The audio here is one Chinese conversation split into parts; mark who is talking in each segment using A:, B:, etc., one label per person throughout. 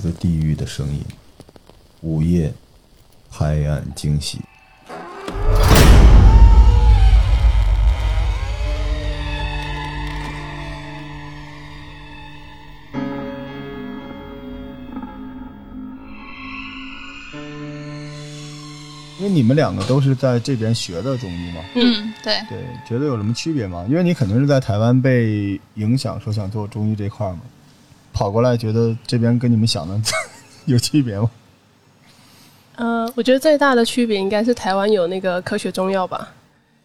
A: 自地狱的声音，午夜，拍案惊喜。因为你们两个都是在这边学的中医嘛，
B: 嗯，对，
A: 对，觉得有什么区别吗？因为你肯定是在台湾被影响，说想做中医这块儿嘛，跑过来觉得这边跟你们想的 有区别吗？
C: 呃，我觉得最大的区别应该是台湾有那个科学中药吧，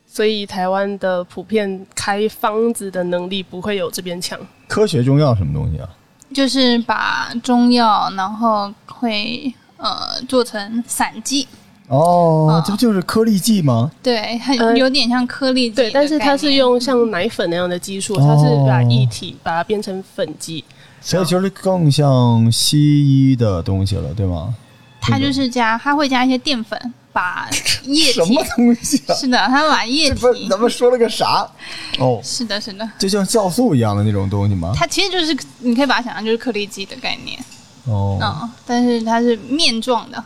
C: 所以台湾的普遍开方子的能力不会有这边强。
A: 科学中药什么东西啊？
B: 就是把中药，然后会呃做成散剂，
A: 哦
B: 啊，
A: 这不就是颗粒剂吗？
B: 对，很、
C: 呃
B: 有点像颗粒剂的
C: 对，但是它
B: 概
C: 是
B: 念
C: 用像奶粉那样的技术，
A: 哦
C: 它是把液体把它变成粉剂。
A: 所以其实更像西医的东西了，对吗？
B: 它
A: 嗯
B: 就是加，它会加一些淀粉，把液
A: 什
B: 体
A: 么东西啊？
B: 是的，它把液
A: 这不是
B: 体
A: 咱们说了个啥？哦，
B: 是的，是的，
A: 就像酵素一样的那种东西吗？
B: 它其实就是你可以把它想象就是颗粒剂的概念，
A: 哦，
B: 嗯，但是它是面状的，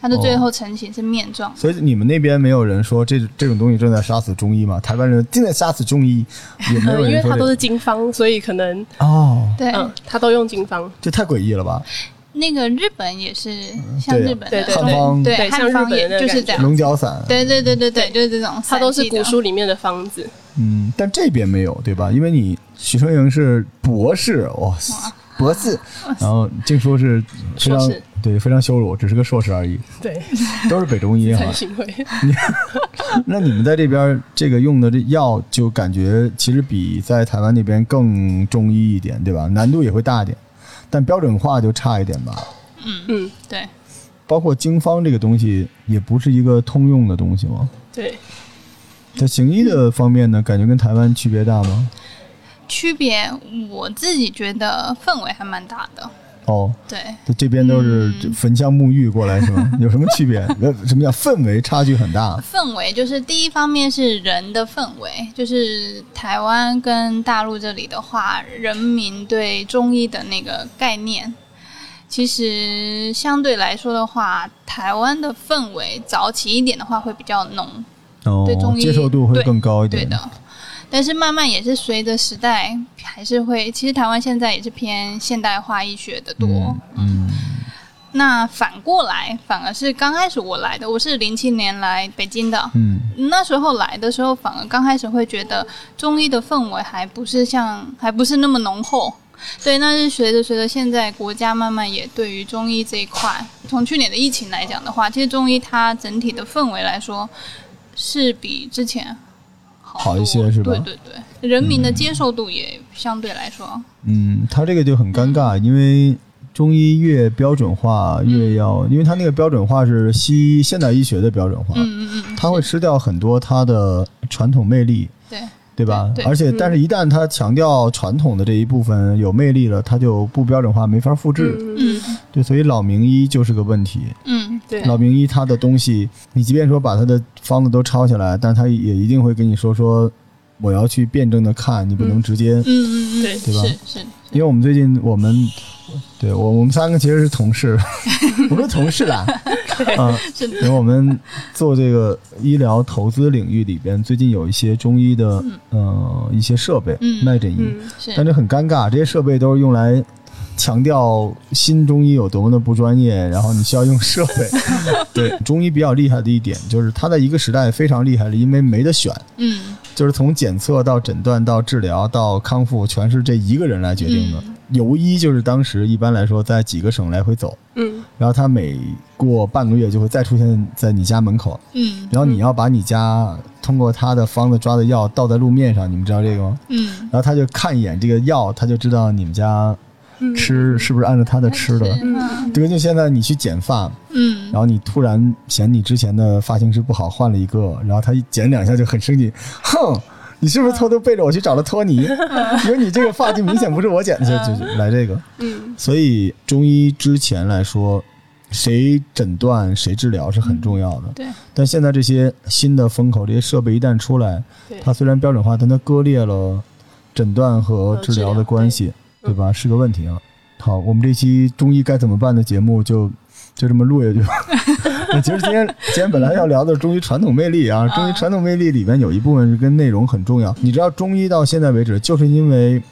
B: 它的最后成型是面状的。
A: 所以你们那边没有人说这这种东西正在杀死中医吗？台湾人正在杀死中医，也没
C: 嗯、
A: 有
C: 因
A: 人
C: 为
A: 说
C: 它
A: 这
C: 都是经方，所以可能
A: 哦，
B: 对，
C: 嗯，它都用经方。
A: 这太诡异了吧？
B: 那个日本也是像
A: 对啊
B: 日本的
C: 对对
A: 汉方
B: 对
C: 对像
B: 汉
C: 日
B: 方
C: 本
B: 也
C: 的那个
B: 就是
C: 感
B: 这
C: 觉
B: 样，
A: 龙角散，
B: 对对对对对，就是这种
C: 它都是
B: 散剂的
C: 古书里面的方子，
A: 嗯，但这边没有，对吧？因为你许春莹是博士，哇，博士，然后静书是非
C: 硕
A: 常
C: 士
A: 对非常羞辱，只是个硕士 而已，
C: 对，
A: 都是北中医哈
C: 很。欣慰。
A: 那你们在这边这个用的这药，就感觉其实比在台湾那边更中医一点，对吧？难度也会大一点，但标准化就差一点吧。
C: 嗯，
B: 对，
A: 包括经方这个东西，也不是一个通用的东西嘛。
C: 对，
A: 在行医的方面呢，感觉跟台湾区别大吗？
B: 区别我自己觉得氛围还蛮大的，
A: 哦，
B: 对，
A: 就这边都是
B: 嗯
A: 焚香沐浴过来是 吗？有什么区别？呃什么叫氛围差距很大？
B: 氛围就是第一方面是人的氛围，就是台湾跟大陆这里的话，人民对中医的那个概念，其实相对来说的话，台湾的氛围早起一点的话会比较浓，
A: 哦
B: 对中，医
A: 接受度会更高一
B: 对
A: 点。
B: 的。但是慢慢也是随着时代，还是会，其实台湾现在也是偏现代化医学的多。
A: 嗯嗯，
B: 那反过来，反而是刚开始我来的，我是零七年来北京的，
A: 嗯，
B: 那时候来的时候，反而刚开始会觉得中医的氛围还不是像，还不是那么浓厚。对，那是随着随着现在国家慢慢也对于中医这一块，从去年的疫情来讲的话，其实中医它整体的氛围来说是比之前好
A: 好一
B: 多
A: 些是吧
B: 对对对，人民的接受度也相对来说，
A: 嗯，他这个就很尴
B: 嗯
A: 尬，因为中医越标准化越要，因为他那个标准化是西医现代医学的标准化，
B: 嗯嗯嗯，
A: 他会吃掉很多他的传统魅力，
B: 对
A: 对吧？
B: 对对嗯
A: 而且，但是一旦他强调传统的这一部分有魅力了，他就不标准化，没法复制。
C: 嗯，
B: 嗯
A: 对，所以老名医就是个问题。
B: 嗯
C: 对，
A: 老名医他的东西，你即便说把他的方子都抄下来，但他也一定会跟你说说，我要去辩证的看，你不能直接。
B: 嗯嗯嗯，
C: 对
A: 对吧
B: 是是，
A: 因为我们最近我们，对我我们三个其实是同事，我们是同事 啦，嗯，
B: 是的
A: 因为我们做这个医疗投资领域里边，最近有一些中医的呃一些设备
B: 嗯
A: 卖诊仪，
C: 嗯，
B: 是
A: 但这很尴尬，这些设备都是用来强调新中医有多么的不专业，然后你需要用设备。对，中医比较厉害的一点就是它在一个时代非常厉害了，因为没得选，
B: 嗯
A: 就是从检测到诊断到治疗到康复，全是这一个人来决定的。游医就是当时一般来说在几个省来回走，
C: 嗯，
A: 然后他每过半个月就会再出现在你家门口，
B: 嗯
A: 然后你要把你家通过他的方子抓的药倒在路面上，你们知道这个吗？
B: 嗯，
A: 然后他就看一眼这个药，他就知道你们家吃是不是按嗯照他的吃的。
B: 嗯
A: 对，就现在你去剪发，
B: 嗯
A: 然。后你突然嫌你之前的发型师不好，换了一个，然后他一剪两下就很生气，哼，你是不是偷偷背着我去找了托 尼？因为你这个发际明显不是我剪的，就就就来这个。
C: 嗯，
A: 所以中医之前来说，谁诊断谁治疗是很重要的。
B: 对，
A: 但现在这些新的风口，这些设备一旦出来
C: 对，
A: 它虽然标
C: 呃嗯
A: 准化，但它割裂了诊断和治疗的关系，对吧？是个问题啊。好，我们这期中医该怎么办的节目就就这么录下去吧。 那其实今天今天本来要聊的是中医传统魅力啊，
C: 嗯
A: 中医传统魅力里面有一部分是跟内容很重要。你知道中医到现在为止，就是因为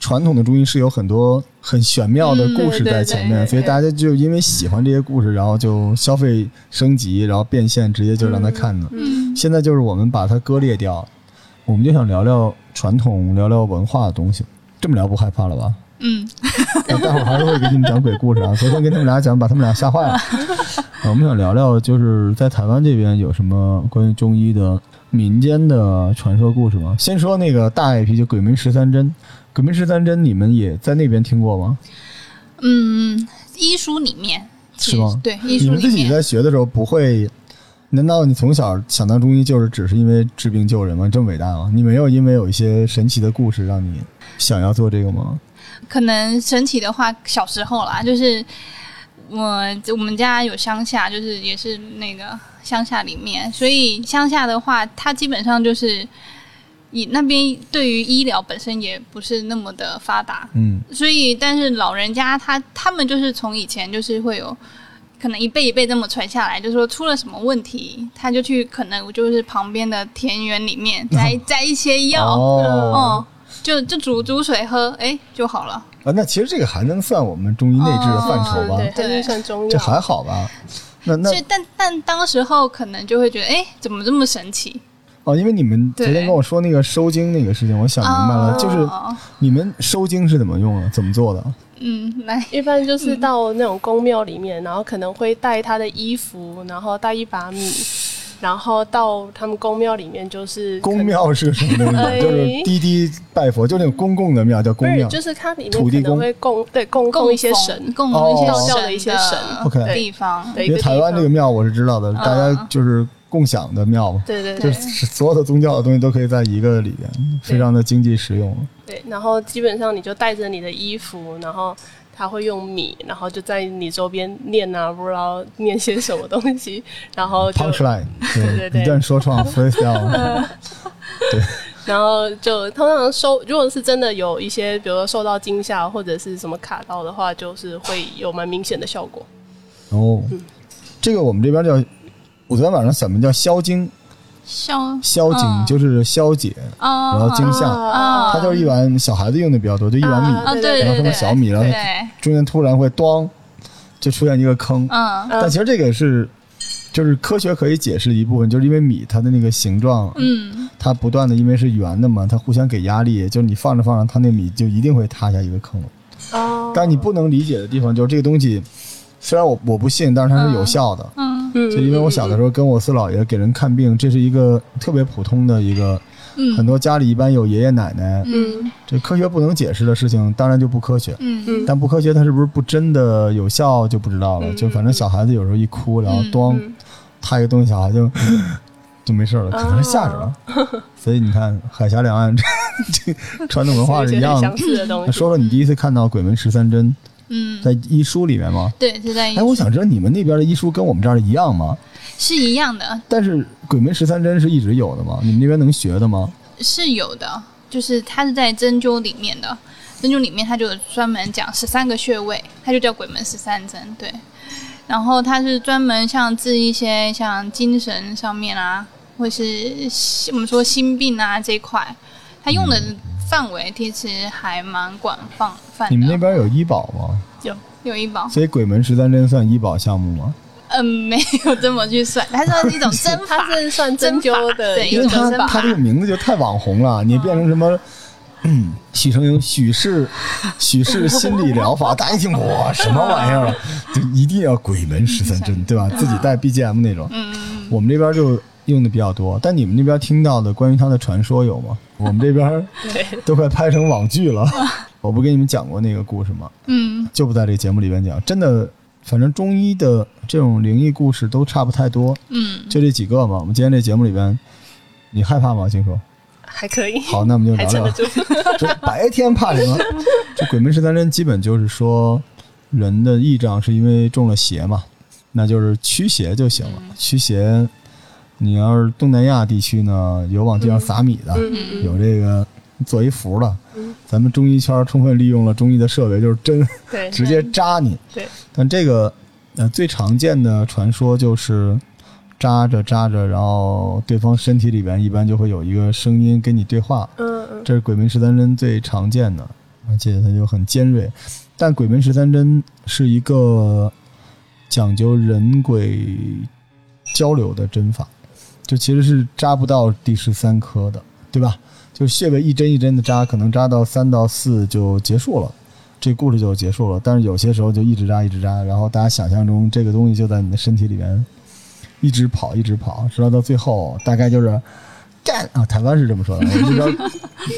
A: 传统的中医是有很多很玄妙的
B: 嗯
A: 故事
C: 对哎
A: 在
C: 对
A: 前
C: 对
A: 面，
C: 对
A: 所以大家就因为喜欢这些故事，然后就消费升级，然后变现，直接就让他看的。
B: 嗯
A: 现在就是我们把它割裂掉，我们就想聊聊传统，聊聊文化的东西。这么聊不害怕了吧？
B: 嗯，
A: 那待会儿还是会给你们讲鬼故事啊。昨天跟他们俩讲，把他们俩吓坏了。啊我们想聊聊，就是在台湾这边有什么关于中医的民间的传说故事吗？先说那个大 IP，就鬼门十三针。鬼门十三针，你们也在那边听过吗？
B: 嗯，医书里面
A: 是吗
B: 对，医
A: 你
B: 书
A: 们自
B: 里
A: 己
B: 面
A: 在学的时候不会？难道你从小想当中医就是只是因为治病救人吗？这么伟大吗？你没有因为有一些神奇的故事让你想要做这个吗？
B: 可能神奇的话，小时候啦，就是我我们家有乡下，就是也是那个乡下里面，所以乡下的话，它基本上就是以那边对于医疗本身也不是那么的发达，
A: 嗯，
B: 所以但是老人家他他们就是从以前就是会有。可能一辈一辈这么传下来，就说出了什么问题，他就去可能就是旁边的田园里面摘摘一些药，
A: 哦
B: 嗯，就就煮煮水喝，哎、就好了。
A: 啊，那其实这个还能算我们中医内治的范畴吧？
C: 哦对，它
B: 对
C: 就算中药。
A: 这还好吧？那那
B: 所以，但但当时候可能就会觉得，哎，怎么这么神奇？
A: 哦，因为你们昨
B: 对
A: 天跟我说那个收精那个事情，我想啊明白了，
B: 哦
A: 就是你们收精是怎么用的，啊怎么做的？
B: 嗯，来，
C: 一般就是到那种宫庙里面，然后可能会带他的衣服，然后带一把米，然后到他们宫庙里面就是
A: 宫庙是什么东西？
C: 哎
A: 就是滴滴拜佛，就那种公共的庙叫
C: 可
A: 宫
C: 能，不
A: 庙
C: 是，。就是它里
A: 土
C: 面
A: 地
C: 可
A: 公
C: 能会供对供供一些神，
B: 供
A: 哦
B: 一些
A: 道
C: 教的
B: 神
C: 一些神
A: OK
B: 地方。
C: 对
A: 因为台湾这个庙我是知道的，
B: 嗯
A: 大家就是共享的庙嘛，
C: 对对
A: 就
C: 对
A: 是 所有的宗教的东西都可以在一个里边，非常的经济实用。
C: 对，然后基本上你就带着你的衣服，然后他会用米，然后就在你周边念啊，不知道念些什么东西，然后就
A: Punchline，
C: 对对对
A: 一段说唱 freestyle，
B: 嗯
C: 然后就通常受，如果是真的有一些，比如说受到惊吓或者是什么卡到的话，就是会有蛮明显的效果。
A: 哦，这个我们这边叫，我昨天晚上想名叫消精，
B: 消
A: 消
B: 嗯
A: 精就是消解，
B: 啊，
A: 然后惊吓
B: 啊，
A: 它就是一碗小孩子用的比较多，就一碗米，
C: 啊
B: 啊，对
A: 然后
B: 对
A: 他们
B: 对，
A: 小米然后
B: 对，
A: 中间突然会咣，就出现一个坑。
B: 嗯
A: 但其实这个是，就是科学可以解释一部分，就是因为米它的那个形状，
B: 嗯
A: 它不断的因为是圆的嘛，它互相给压力，就是你放着放着，它那米就一定会塌下一个坑。
C: 哦
A: 但你不能理解的地方就是这个东西，虽然我我不信，但是它是有效的。
B: 嗯
C: 嗯
A: 就因为我小的时候跟我四姥爷给人看病，这是一个特别普通的一个，很
B: 嗯
A: 多家里一般有爷爷奶奶，
B: 嗯
A: 这科学不能解释的事情，当然就不科学。
B: 嗯
A: 但不科学，它是不是不真的有效就不知道了。
C: 嗯
A: 就反正小孩子有时候一哭，然后
B: 嗯
A: 咣
C: 嗯
A: 塌一个东西，小孩就就没事了，可能是吓着了。所以你看，海峡两岸这这传统文化是一样的
C: 相。似的东
A: 那
C: 西。
A: 说说你第一次看到鬼门十三针
B: 嗯，
A: 在医书里面吗？
B: 对，是在
A: 哎，我想知道你们那边的医书跟我们这儿一样吗？
B: 是一样的，
A: 但是鬼门十三针是一直有的吗？你们那边能学的吗？
B: 是有的，就是它是在针灸里面的，针灸里面它就有专门讲十三个穴位，它就叫鬼门十三针，对。然后它是专门像治一些像精神上面啊，或是心我们说心病啊这一块，它用的范围其实还蛮广泛泛的。
A: 嗯你们那边有医保吗？
B: 有医保？
A: 所以鬼门十三针算医保项目吗？
B: 嗯，没有这么去算，它算 是一种针法
C: 它。是算针灸的
B: 对
C: 一
A: 因
C: 个
A: 为
B: 有
A: 他
B: 成分吧
A: 他这个名字就太网红了，你变成什么？嗯， 许成英、许氏、许氏心理疗法，大家一听哇，什么玩意儿啊？就一定要鬼门十三针，对吧？自己带 BGM 那种。
B: 嗯，
A: 我们这边就用的比较多，但你们那边听到的关于他的传说有吗？我们这边
C: 对
A: 都快拍成网剧了。我不跟你们讲过那个故事吗？
B: 嗯
A: 就不在这节目里边讲。真的，反正中医的这种灵异故事都差不太多，
B: 嗯
A: 就这几个嘛。我们今天这节目里边，你害怕吗？金叔？
C: 还可以，
A: 好，那我们就
C: 还
A: 聊
C: 撑
A: 聊
C: 得，住。
A: 这白天怕什么？ 这鬼门十三针基本就是说，人的异障是因为中了邪嘛，那就是驱邪就行
C: 嗯
A: 了。驱邪，你要是东南亚地区呢，有往地上撒米的，
C: 嗯嗯嗯
A: 有这个做一服了。咱们中医圈充分利用了中医的设备，就是针
C: 对
A: 直接扎你。
C: 对，
A: 但这个呃最常见的传说就是扎着扎着，然后对方身体里边一般就会有一个声音跟你对话，
C: 嗯嗯，
A: 这是鬼门十三针最常见的，而且它就很尖锐。但鬼门十三针是一个讲究人鬼交流的针法，就其实是扎不到第十三颗的，对吧？就是穴位一针一针的扎，可能扎到三到四就结束了，这故事就结束了。但是有些时候就一直扎一直扎，然后大家想象中这个东西就在你的身体里面一直跑一直跑，直到到最后大概就是干啊，台湾是这么说的，我们就叫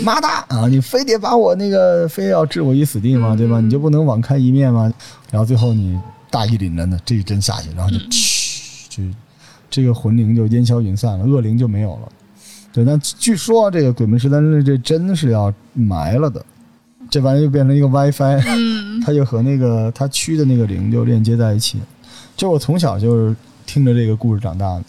A: 妈蛋啊，你非得把我那个非要置我于死地吗？对吧？你就不能网开一面吗？然后最后你大义凛然的这一针下去，然后就嗤，就这个魂灵就烟消云散了，恶灵就没有了。对，但据说啊这个鬼门十三针这针是要埋了的，这玩意儿就变成一个 WiFi，它
B: 嗯
A: 就和那个它驱的那个灵就链接在一起。就我从小就是听着这个故事长大的，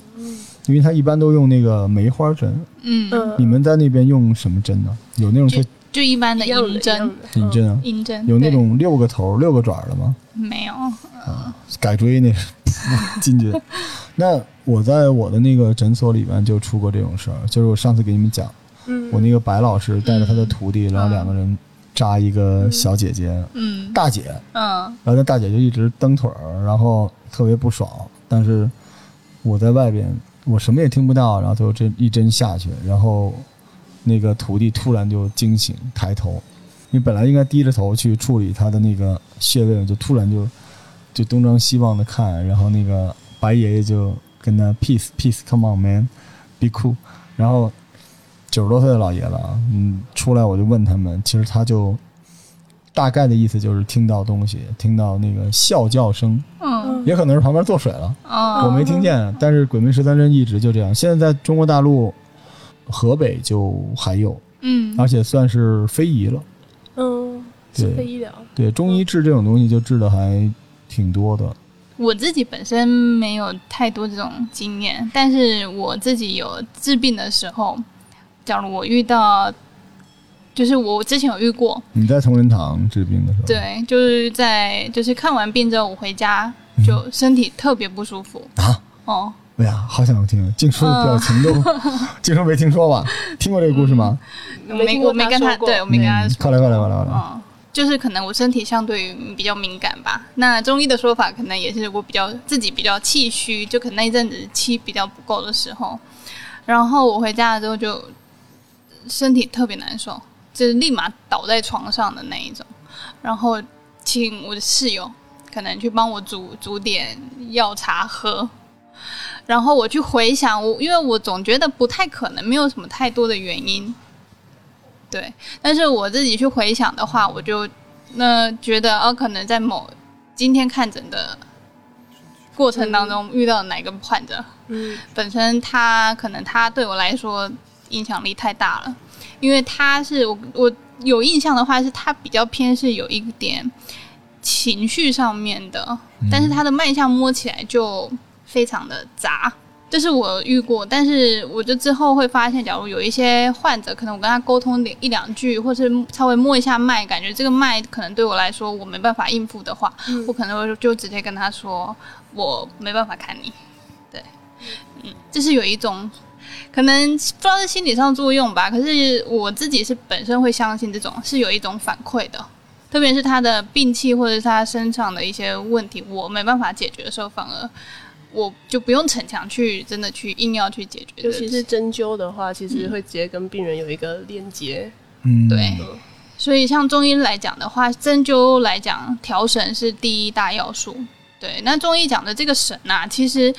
A: 因为它一般都用那个梅花针。
B: 嗯，
C: 嗯
A: 你们在那边用什么针呢？有那种特
B: 就一般的
C: 一样的
B: 银
C: 一样
B: 针，
C: 的
A: 银针啊？
B: 银针
A: 有那
B: 嗯对
A: 种六个头儿、六个爪儿的吗？
B: 没有？
A: 改锥 那是进去。那我在我的那个诊所里面就出过这种事儿，就是我上次给你们讲，
C: 嗯
A: 我那个白老师带着他的徒弟，然后两个人扎一个小姐姐、
B: 嗯
A: 大姐，
B: 嗯
A: 然后那大姐就一直蹬腿儿，然后特别不爽。但是我在外边，我什么也听不到，然后最后这一针下去，然后那个徒弟突然就惊醒，抬头，你本来应该低着头去处理他的那个穴位，就突然就就东张西望的看，然后那个白爷爷就跟他 peace peace come on man be cool，然后九十多岁的老爷子啊，嗯，出来我就问他们，其实他就大概的意思就是听到东西，听到那个笑叫声，
B: 嗯
A: 也可能是旁边做水了，
B: 嗯，
A: 我没听见。啊但是鬼门十三针一直就这样，现在在中国大陆、河北就还有，
B: 嗯
A: 而且算是非遗了。
C: 嗯，
A: 对
C: 是非医疗，
A: 对中医治这种东西就治的还挺多的，
B: 我自己本身没有太多这种经验，但是我自己有治病的时候，假如我遇到，就是我之前有遇过，
A: 你在同仁堂治病的时候，，
B: 对，就是在就是看完病之后，我回家就身体特别不舒服
A: 嗯啊。
B: 哦，
A: 哎呀，好想听静叔的表情 都，静叔没听说吧？听过这个故事吗？
B: 没我没跟他，对嗯我没跟他
A: 嗯
B: 说，
A: 快来快来快来快来！
B: 嗯，就是可能我身体相对于比较敏感吧。那中医的说法可能也是我比较自己比较气虚，就可能那一阵子气比较不够的时候，然后我回家了之后就身体特别难受，就是立马倒在床上的那一种，然后请我的室友可能去帮我煮煮点药茶喝。然后我去回想，我因为我总觉得不太可能，没有什么太多的原因，对。但是我自己去回想的话，我就那觉得哦、可能在某今天看诊的过程当中遇到哪个患者，
C: 嗯
B: 本身他可能他对我来说影响力太大了，因为他是我我有印象的话是他比较偏是有一点情绪上面的，但是他的脉象摸起来就非常的杂。这是我遇过，但是我就之后会发现，假如有一些患者，可能我跟他沟通一两句，或是稍微摸一下脉，感觉这个脉可能对我来说我没办法应付的话，我可能会就直接跟他说我没办法看你，对，嗯，这是有一种可能不知道是心理上作用吧，可是我自己是本身会相信这种是有一种反馈的，特别是他的病气或者是他身上的一些问题，我没办法解决的时候，反而我就不用逞强去真的去硬要去解决这
C: 尤
B: 个，
C: 其是针灸的话，其实会直接跟病人有一个链接，
A: 嗯，
B: 对，所以像中医来讲的话，针灸来讲，调神是第一大要素。对，那中医讲的这个神啊，其实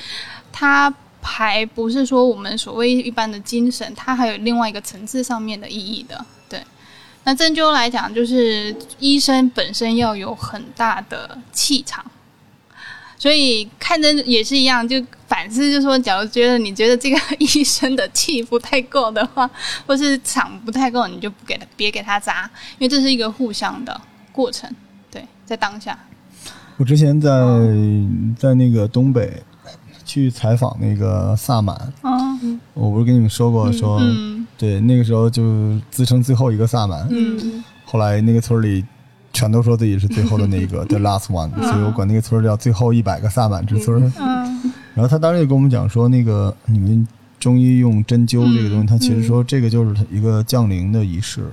B: 它还不是说我们所谓一般的精神，它还有另外一个层次上面的意义的。对，那针灸来讲，就是医生本身要有很大的气场。所以看针也是一样，就反思，就说，假如觉得你觉得这个 医生的气不太够的话，或是场不太够，你就不给他，别给他砸，因为这是一个互相的过程。对，在当下，
A: 我之前在
B: 哦
A: 在那个东北去采访那个萨满，
B: 嗯
A: 我不是跟你们说过说，
B: 嗯，
A: 对，那个时候就自称最后一个萨满，
B: 嗯，
A: 后来那个村里全都说自己是最后的那 个，the last one，所以我管那个村儿叫最后一百个萨满之村儿。
B: 嗯
A: 然后他当时也跟我们讲说，那个你们中医用针灸这个东西，他其实说这个就是一个降临的仪式，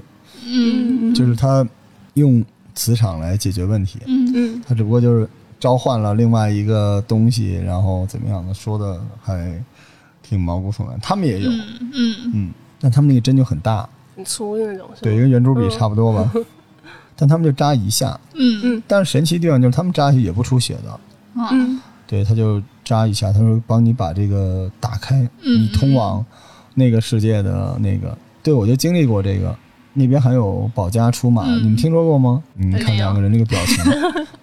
B: 嗯
A: 就是他用磁场来解决问题，
B: 嗯
C: 嗯
A: 他只不过就是召唤了另外一个东西，然后怎么样的，说的还挺毛骨悚然。他们也有，
B: 嗯嗯
A: 嗯，但他们那个针就很大，
C: 很粗的那种，是
A: 对，
C: 吗
A: 跟圆珠笔差不多吧，但他们就扎一下。
B: 嗯
A: 但是神奇的地方就是他们扎下去也不出血的，
B: 嗯
C: 嗯
A: 对，他就扎一下，他说帮你把这个打开，
B: 嗯
A: 你通往那个世界的那个。对，我就经历过这个，那边还有保家出马，
B: 嗯
A: 你们听说过吗？嗯，看两个人这个表情，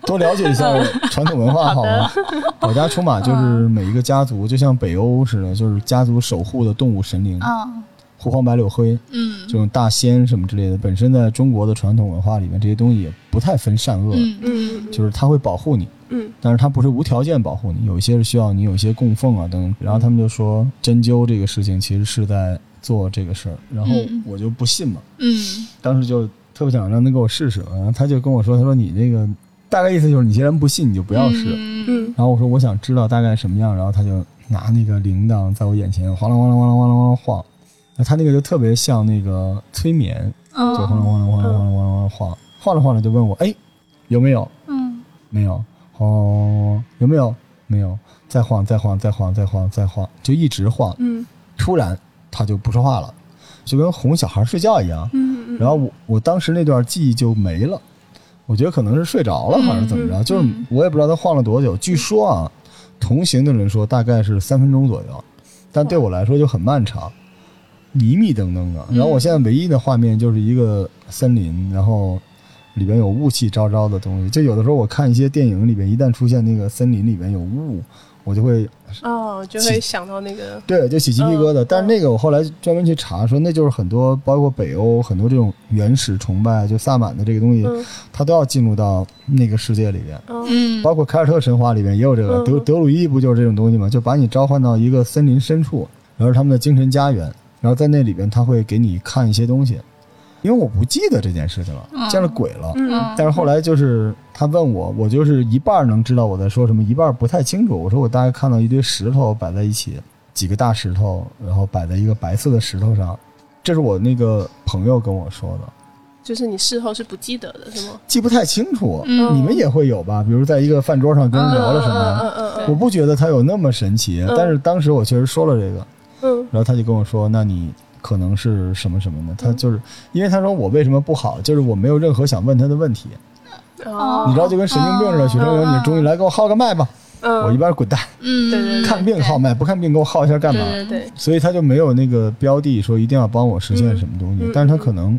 A: 多了解一
B: 嗯
A: 下传统文化好吗？保家出马就是每一个家族，就像北欧似的，就是家族守护的动物神灵，
B: 啊
A: 护皇白柳灰
B: 嗯
A: 这种大仙什么之类的，本身在中国的传统文化里面，这些东西也不太分善恶。
B: 嗯
C: 嗯
A: 就是他会保护你，
C: 嗯，
A: 但是他不是无条件保护你，有一些是需要你有一些供奉啊等等。然后他们就说针灸这个事情其实是在做这个事儿，然后
B: 嗯
A: 我就不信嘛，
B: 嗯
A: 当时就特别想让他给我试试，然后他就跟我说，他说你那个大概意思就是你既然不信，你就不
B: 不
A: 要试。
B: 嗯
C: 嗯
A: 然后我说我想知道大概什么样，然后他就拿那个铃铛在我眼前晃啷晃啷晃啷晃啷晃啷晃，那他那个就特别像那个催眠，就晃啷
B: 嗯
A: 晃啷晃啷晃啷晃啷晃，晃了晃了就问我，哎，有没有？
B: 嗯
A: 没有，哦，有没有？没有，再晃，再晃，再晃，再晃，再晃，就一直晃。
C: 嗯
A: 突然，他就不说话了，就跟哄小孩睡觉一样。
C: 嗯
A: 然后我我当时那段记忆就没了，我觉得可能是睡着了，还是怎么着？就是我也不知道他晃了多久。据说啊，同行的人说大概是三分钟左右，但对我来说就很漫长，迷迷瞪瞪的。然后我现在唯一的画面就是一个森林，然后里边有雾气昭昭的东西。就有的时候我看一些电影里边，一旦出现那个森林里边有雾，我就会
C: 哦，就会想到那个
A: 对，就起
C: 嗯
A: 鸡皮疙瘩。但是那个我后来专门去查说，那就是很多包括北欧很多这种原始崇拜，就萨满的这个东西，
C: 嗯
A: 它都要进入到那个世界里边。
C: 嗯
B: 嗯
A: 包括凯尔特神话里边也有这个，
C: 嗯
A: 德德鲁伊不就是这种东西吗？就把你召唤到一个森林深处，然后是他们的精神家园，然后在那里边他会给你看一些东西。因为我不记得这件事情了，
B: 嗯
A: 见了鬼了。
C: 嗯
A: 但是后来就是他问我，我就是一半能知道我在说什么，一半不太清楚。我说我大概看到一堆石头摆在一起，几个大石头，然后摆在一个白色的石头上，这是我那个朋友跟我说的，
C: 就是你事后是不记得的，是吗？
A: 记不太清楚。
B: 嗯
A: 你们也会有吧？比如在一个饭桌上跟人聊啊了什么，
C: 嗯
A: 我不觉得他有那么神奇，
C: 嗯
A: 但是当时我确实说了这个，
C: 嗯
A: 然后他就跟我说：“那你可能是什么什么的。”他就是因为他说我为什么不好，就是我没有任何想问他的问题。
C: 嗯哦
A: 你知道就跟神经病似的，许成勇，你终于来给我号个脉吧！我一
C: 嗯，
A: 般是滚蛋，
B: 嗯
C: 对对对
A: 看病号脉，不看病给我号一下干嘛？
B: 对
C: 对，
A: 所以他就没有那个标的说一定要帮我实现什么东西，
C: 嗯嗯
A: 但是他可能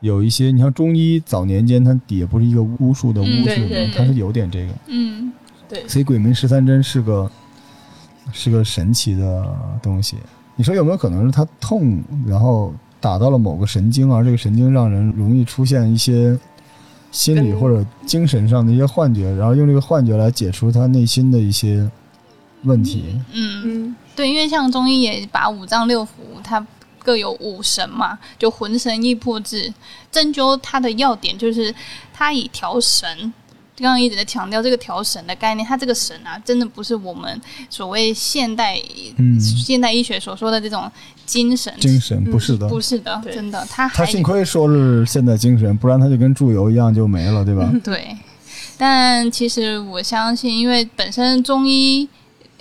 A: 有一些，你像中医早年间，它也不是一个巫术的巫
B: 嗯
A: 术
B: 对
A: 嘛，
C: 对对
A: 它是有点这个，
B: 嗯
A: 所以鬼门十三针是个是个神奇的东西。你说有没有可能是他痛，然后打到了某个神经，而这个神经让人容易出现一些心理
C: 跟
A: 或者精神上的一些幻觉，然后用这个幻觉来解除他内心的一些问题？
B: 嗯。
C: 嗯
B: 对，因为像中医也把五脏六腑它各有五神嘛，就浑神易破制。针灸它的要点就是它以调神。刚刚一直在强调这个调神的概念，它这个神啊，真的不是我们所谓现代、
A: 嗯
B: 现代医学所说的这种精神，
A: 精神不是的，
B: 不是的，
C: 对
B: 真的，它
A: 他
B: 还
A: 幸亏说是现在精神，不然他就跟祝由一样就没了，对吧？
B: 对，但其实我相信，因为本身中医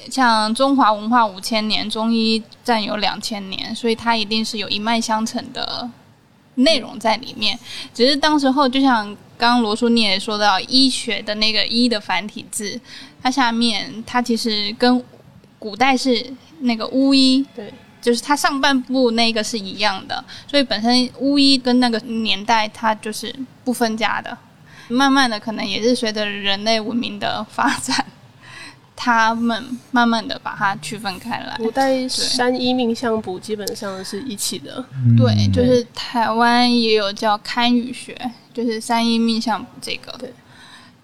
B: 像中华文化五千年，中医占有两千年，所以它一定是有一脉相承的内容在里面。只是当时候，就像刚刚罗叔你也说到，医学的那个“医”的繁体字，它下面它其实跟古代是那个巫医
C: 对，
B: 就是它上半部那个是一样的，所以本身巫医跟那个年代它就是不分家的。慢慢的，可能也是随着人类文明的发展，他们慢慢的把它区分开来。
C: 古代三一命相卜基本上是一起的，
A: 嗯
B: 对，就是台湾也有叫堪舆学，就是三一命相这个，
C: 对，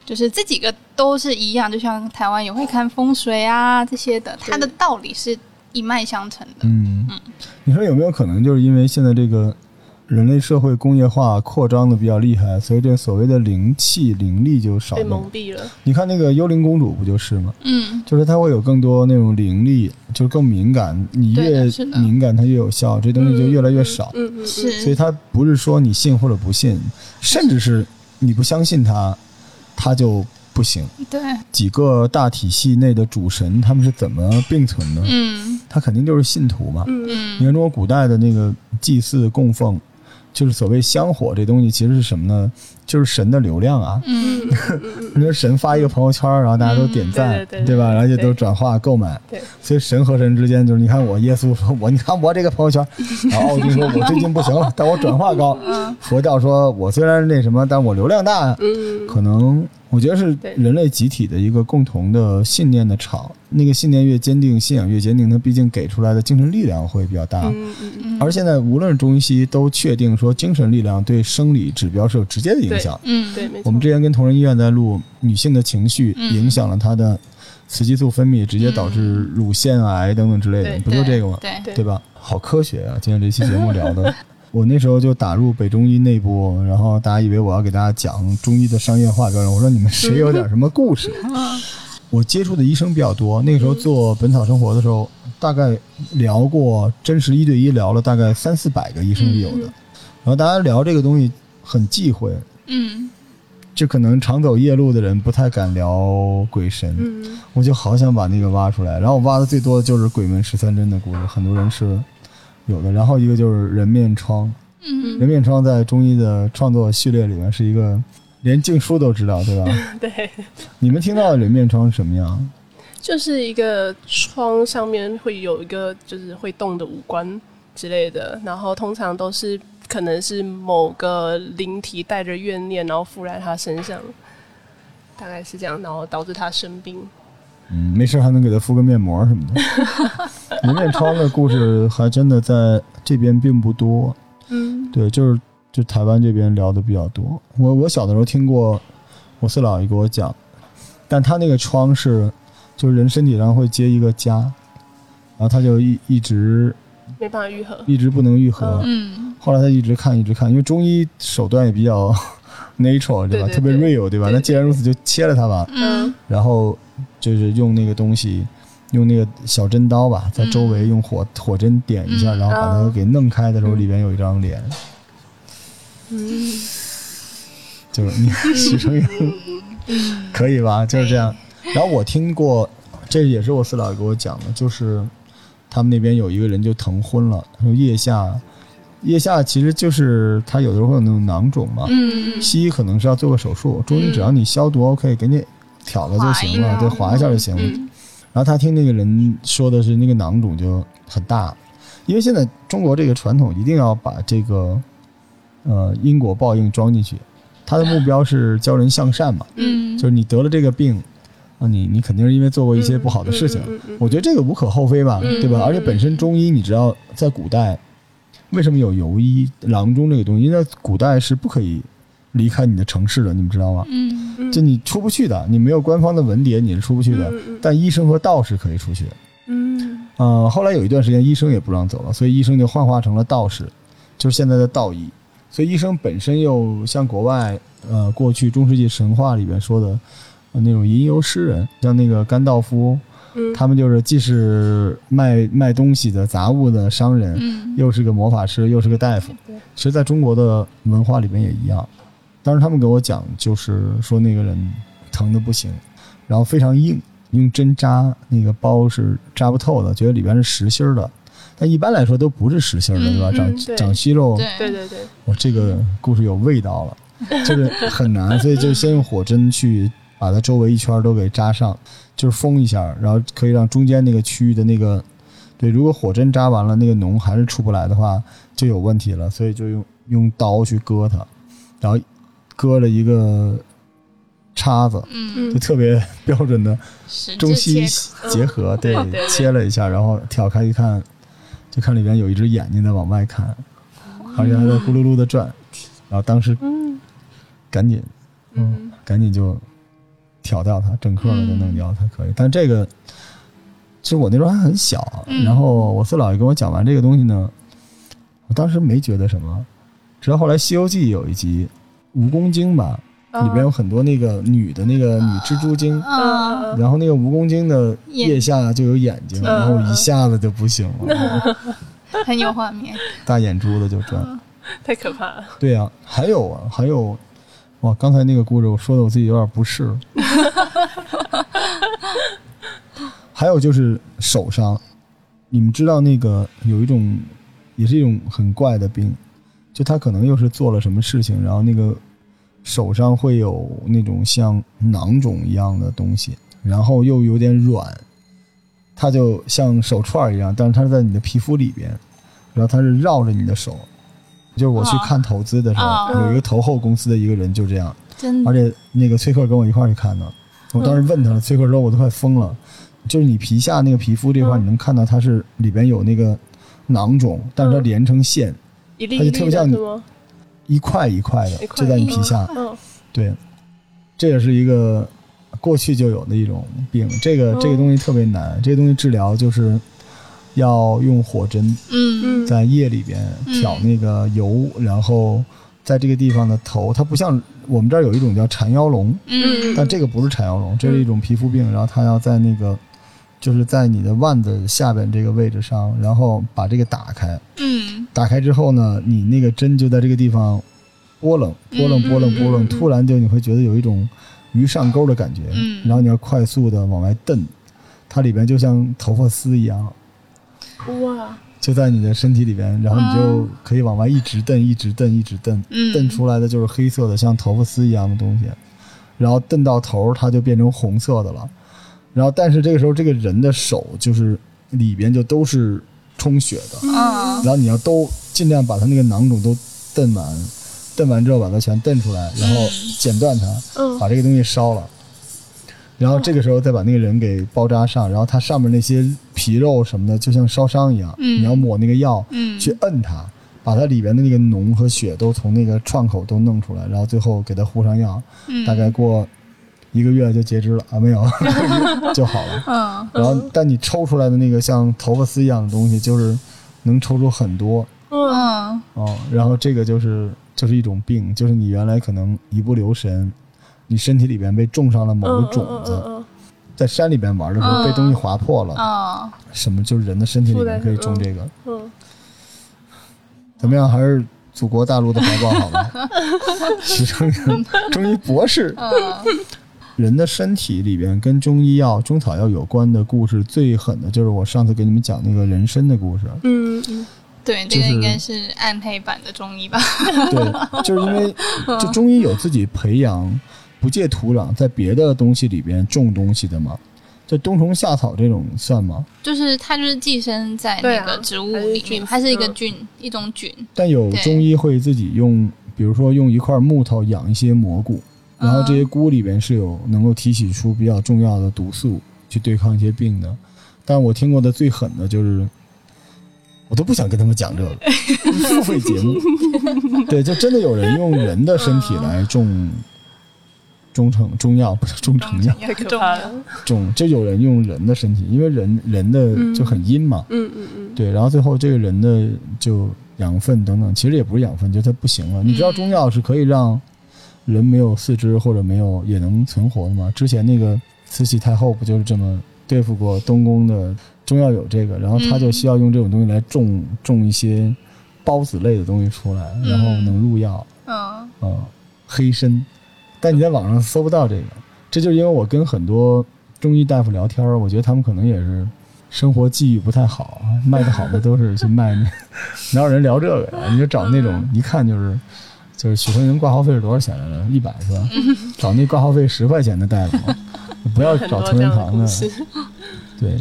B: 就是这几个都是一样，就像台湾也会看风水啊这些的，它的道理是一脉相承的。
A: 嗯，你说有没有可能就是因为现在这个人类社会工业化扩张的比较厉害，所以这所谓的灵气灵力就少
C: 被
A: 了
C: 蒙？蔽了。
A: 你看那个幽灵公主不就是吗？
B: 嗯，
A: 就是它会有更多那种灵力，就是更敏感，你
B: 对
A: 越
B: 的是的
A: 敏感它越有效，这东西就越来越少。
C: 嗯嗯，嗯
B: 是，
A: 所以它不是说你信或者不信，甚至是你不相信它，它就不行。
B: 对，
A: 几个大体系内的主神他们是怎么并存的？
B: 嗯
A: 他肯定就是信徒嘛。你
B: 嗯
A: 看中国古代的那个祭祀供奉，就是所谓香火这东西，其实是什么呢？就是神的流量啊。
B: 嗯，
A: 你说神发一个朋友圈，然后大家都点赞，
C: 嗯对对对
A: 吧？
C: 对
A: 而且都转化购买。
C: 对
A: 所以神和神之间就是，你看我耶稣说我，你看我这个朋友 圈，然后奥丁说我最近不行了，但我转化高。佛教说我虽然那什么，但我流量大。啊
C: 嗯，
A: 可能我觉得是
C: 对
A: 人类集体的一个共同的信念的场，那个信念越坚定，信仰越坚定，它毕竟给出来的精神力量会比较大。
C: 嗯嗯嗯，
A: 而现在无论中医西医都确定说，精神力量对生理指标是有直接的影响。
B: 嗯，
C: 对，，没错。
A: 我们之前跟同仁医院在录，女性的情绪
B: 嗯
A: 影响了她的雌激素分泌，直接导致乳腺癌等等之类的，
C: 对
A: 不就这个吗？
B: 对，
C: 对
A: 对吧？好科学啊！今天这期节目聊 的，我那时候就打入北中医内部，然后大家以为我要给大家讲中医的商业化标准，我说你们谁有点什么故事？我接触的医生比较多，那个时
C: 嗯
A: 候做《本草生活》的时候，大概聊过真实一对一聊了大概三四百个医生是有的，
C: 嗯
A: 然后大家聊这个东西很忌讳，
B: 嗯
A: 就可能常走夜路的人不太敢聊鬼神，
C: 嗯
A: 我就好想把那个挖出来。然后我挖的最多的就是鬼门十三针的故事，很多人是有的。然后一个就是人面疮，
B: 嗯
A: 人面疮在中医的创作序列里面是一个连静书都知道，对吧？
C: 嗯对，
A: 你们听到的人面疮是什么样？
C: 就是一个窗上面会有一个就是会动的五官之类的，然后通常都是可能是某个灵体带着怨念，然后附在他身上，大概是这样，然后导致他生病。
A: 嗯，没事还能给他敷个面膜什么的。人面疮的故事还真的在这边并不多，
C: 嗯
A: 对，就是就台湾这边聊的比较多。我我小的时候听过我四姥爷给我讲，但他那个疮是，就是人身体上会结一个痂，然后他就一一直
C: 没办法愈合。
A: 一直不能愈合。
B: 嗯
A: 后来他一直看一直看，因为中医手段也比较 natural 对吧？
C: 对对
A: 特别 real 对吧？
C: 对
A: 那既然如此，就切了它吧。
B: 嗯
A: 然后就是用那个东西，用那个小针刀吧，在周围用火、火针点一下，
B: 嗯
A: 然后把它
C: 啊
A: 给弄开的时候，
C: 嗯
A: 里边有一张脸。
C: 嗯，
A: 就是你许成远，可以吧？就是这样。然后我听过，这也是我四姥爷给我讲的，就是他们那边有一个人就疼昏了，他说腋下，腋下其实就是他有的时候会有那种囊肿嘛。
B: 嗯
A: 西医可能是要做个手术，中医
B: 嗯
A: 只要你消毒 OK，给你挑了就行了，
B: 划一下
A: 对，划一下就行了。
B: 嗯
A: 然后他听那个人说的是那个囊肿就很大，因为现在中国这个传统一定要把这个呃因果报应装进去，他的目标是教人向善嘛，
B: 嗯，
A: 就是你得了这个病，啊你你肯定是因为做过一些不好的事情，
C: 嗯嗯嗯
A: 我觉得这个无可厚非吧，
C: 嗯
A: 对吧
C: 嗯？
A: 而且本身中医你知道在古代为什么有游医郎中这个东西，因为在古代是不可以离开你的城市的，你们知道吗？
B: 嗯
C: 嗯
A: 就你出不去的，你没有官方的文牒你是出不去的。
C: 嗯嗯
A: 但医生和道士可以出去。
C: 嗯
A: 呃，后来有一段时间医生也不让走了，所以医生就幻化成了道士，就是现在的道医。所以医生本身又像国外呃过去中世纪神话里边说的、呃那种吟游诗人，像那个甘道夫，
C: 嗯，
A: 他们就是既是卖卖东西的杂物的商人，
B: 嗯
A: 又是个魔法师，又是个大夫
C: 对。
A: 其实，在中国的文化里面也一样。当时他们给我讲，就是说那个人疼的不行，然后非常硬，用针扎，那个包是扎不透的，觉得里边是实心儿的。但一般来说都不是实心儿的，
B: 嗯
A: 对吧？长、
C: 嗯对
A: 长息肉，
B: 对
C: 对对对，
A: 我这个故事有味道了， 就是很难，所以就先用火针去把它周围一圈儿都给扎上，就是封一下儿，然后可以让中间那个区域的那个，对，如果火针扎完了，那个脓还是出不来的话，就有问题了，所以就用用刀去割它，然后割了一个叉子，
B: 嗯
A: 就特别标准的
B: 十字
A: 中西
B: 切
A: 结合，对
C: 对对，对
A: 切了一下，然后挑开一看，就看里面有一只眼睛在往外看，而且还在咕噜噜的转，然后当时
C: 嗯
A: 赶紧，
C: 嗯，
A: 赶紧就挑掉它，整颗的就弄掉它可以。但这个，其实我那时候还很小，
B: 嗯
A: 然后我四姥爷跟我讲完这个东西呢，我当时没觉得什么，直到后来《西游记》有一集《蜈蚣精》吧，
C: 哦
A: 里边有很多那个女的那个女蜘蛛精，
B: 嗯，
C: 嗯
A: 然后那个蜈蚣精的
B: 眼
A: 腋下就有眼睛，
C: 嗯
A: 然后一下子就不行了，嗯
B: 很有画面。
A: 大眼珠子就
C: 嗯
A: 转。
C: 太可怕了。
A: 对呀、还有啊，还有，哇，刚才那个故事我说的我自己有点不适。还有就是手伤，你们知道那个有一种，也是一种很怪的病，就他可能又是做了什么事情，然后那个手上会有那种像囊肿一样的东西，然后又有点软，它就像手串一样，但是它是在你的皮肤里边，然后它是绕着你的手。就是我去
B: 哦
A: 看投资的时候，
B: 哦
C: 啊
A: 啊
C: 嗯
A: 有一个投后公司的一个人就这样，
B: 真
A: 而
B: 的，
A: 且那个崔克跟我一块儿去看的，我当时
C: 嗯
A: 问他了，崔克说我都快疯了，就是你皮下那个皮肤这块，
C: 嗯
A: 你能看到它是里边有那个囊肿，但是它
C: 嗯
A: 连成线，
C: 一粒
A: 它就
C: 一
A: 特
C: 粒
A: 别像你
C: 的是吗？
A: 一块一块的
C: 一块
A: 就在你皮
B: 一
A: 下
B: 块，
C: 嗯，
A: 对，这也是一个过去就有的一种病，这个这个
C: 嗯
A: 东西特别难，这个东西治疗就是要用火针
B: 嗯
C: 嗯
A: 在夜里边挑那个油，然后在这个地方的头，它不像我们这儿有一种叫缠腰龙。
B: 嗯
A: 但这个不是缠腰龙，这是一种皮肤病，然后它要在那个，就是在你的腕子下边这个位置上，然后把这个打开，
B: 嗯
A: 打开之后呢，你那个针就在这个地方拨楞拨楞
B: 嗯
A: 拨楞拨
C: 嗯
A: 楞，
C: 嗯
A: 突然就你会觉得有一种鱼上钩的感觉，
B: 嗯
A: 然后你要快速的往外蹬，它里边就像头发丝一样。
C: 哇，
A: 就在你的身体里边，然后你就可以往外一直蹬，一直蹬，一直蹬，
B: 嗯，
A: 蹬出来的就是黑色的，像头发丝一样的东西，然后蹬到头儿它就变成红色的了。然后，但是这个时候，这个人的手就是里边就都是充血的，
B: 嗯
A: 然后你要都尽量把它那个囊肿都蹬完，蹬完之后把它全蹬出来，然后剪断它，
C: 嗯
A: 把这个东西烧了。然后这个时候再把那个人给包扎上，然后它上面那些皮肉什么的，就像烧伤一样，
B: 嗯
A: 你要抹那个药，
B: 嗯
A: 去摁它，把它里边的那个脓和血都从那个创口都弄出来，然后最后给它糊上药，
B: 嗯
A: 大概过一个月就截肢了啊， 没有就好了。
B: 嗯
A: 然后，但你抽出来的那个像头发丝一样的东西，就是能抽出很多
C: 嗯
B: 嗯
A: 哦。然后这个就是就是一种病，就是你原来可能一不留神，你身体里边被种上了某个种
C: 嗯
A: 子，
C: 嗯
A: 在山里边玩的时候被东西划破了，
B: 嗯，
A: 什么就是人的身体里边可以种这个。
C: 嗯嗯，
A: 怎么样？还是祖国大陆的怀抱好 吗？许成人中医博士，
C: 嗯
B: 嗯
A: 人的身体里边跟中医药、中草药有关的故事最狠的就是我上次给你们讲那个人参的故事。
C: 嗯嗯
B: 对，
A: 就
B: 这个
A: 是
B: 应该是暗黑版的中医吧？
A: 对，就是因为就中医有自己培养不借土壤，在别的东西里边种东西的嘛。这冬虫夏草这种算吗？
B: 就是它就是寄生在
C: 对
B: 那
C: 啊
B: 个植物
C: 它是
B: 里
C: 菌
B: 面，它是一个
C: 嗯
B: 菌，一种菌。
A: 但有
B: 对
A: 中医会自己用，比如说用一块木头养一些蘑菇，然后这些菇里边是有能够提取出比较重要的毒素去对抗一些病的。但我听过的最狠的就是，我都不想跟他们讲这个 付费节目。 对，就真的有人用人的身体来种中成中药，不是中成药，
C: 太可怕了。
A: 种就有人用人的身体，因为人人的就很阴嘛，
C: 嗯嗯嗯，
A: 对，然后最后这个人的就养分等等，其实也不是养分，就他不行了。你知道中药是可以让人没有四肢或者没有也能存活的吗？之前那个慈禧太后不就是这么对付过东宫的中药有这个，然后他就需要用这种东西来种种一些孢子类的东西出来，然后能入药。
B: 嗯
A: 嗯，黑参，但你在网上搜不到这个，这就是因为我跟很多中医大夫聊天儿，我觉得他们可能也是生活际遇不太好，啊卖的好的都是去卖那，哪有人聊这个呀？你就找那
C: 嗯
A: 种一看就是。就是许成云挂号费是多少钱来着？一百是吧？ 找那挂号费十块钱的大夫，不要
C: 很
A: 找
C: 多
A: 同
C: 这
A: 仁
C: 样的
A: 堂
C: 故
A: 的。
C: 事。
A: 对，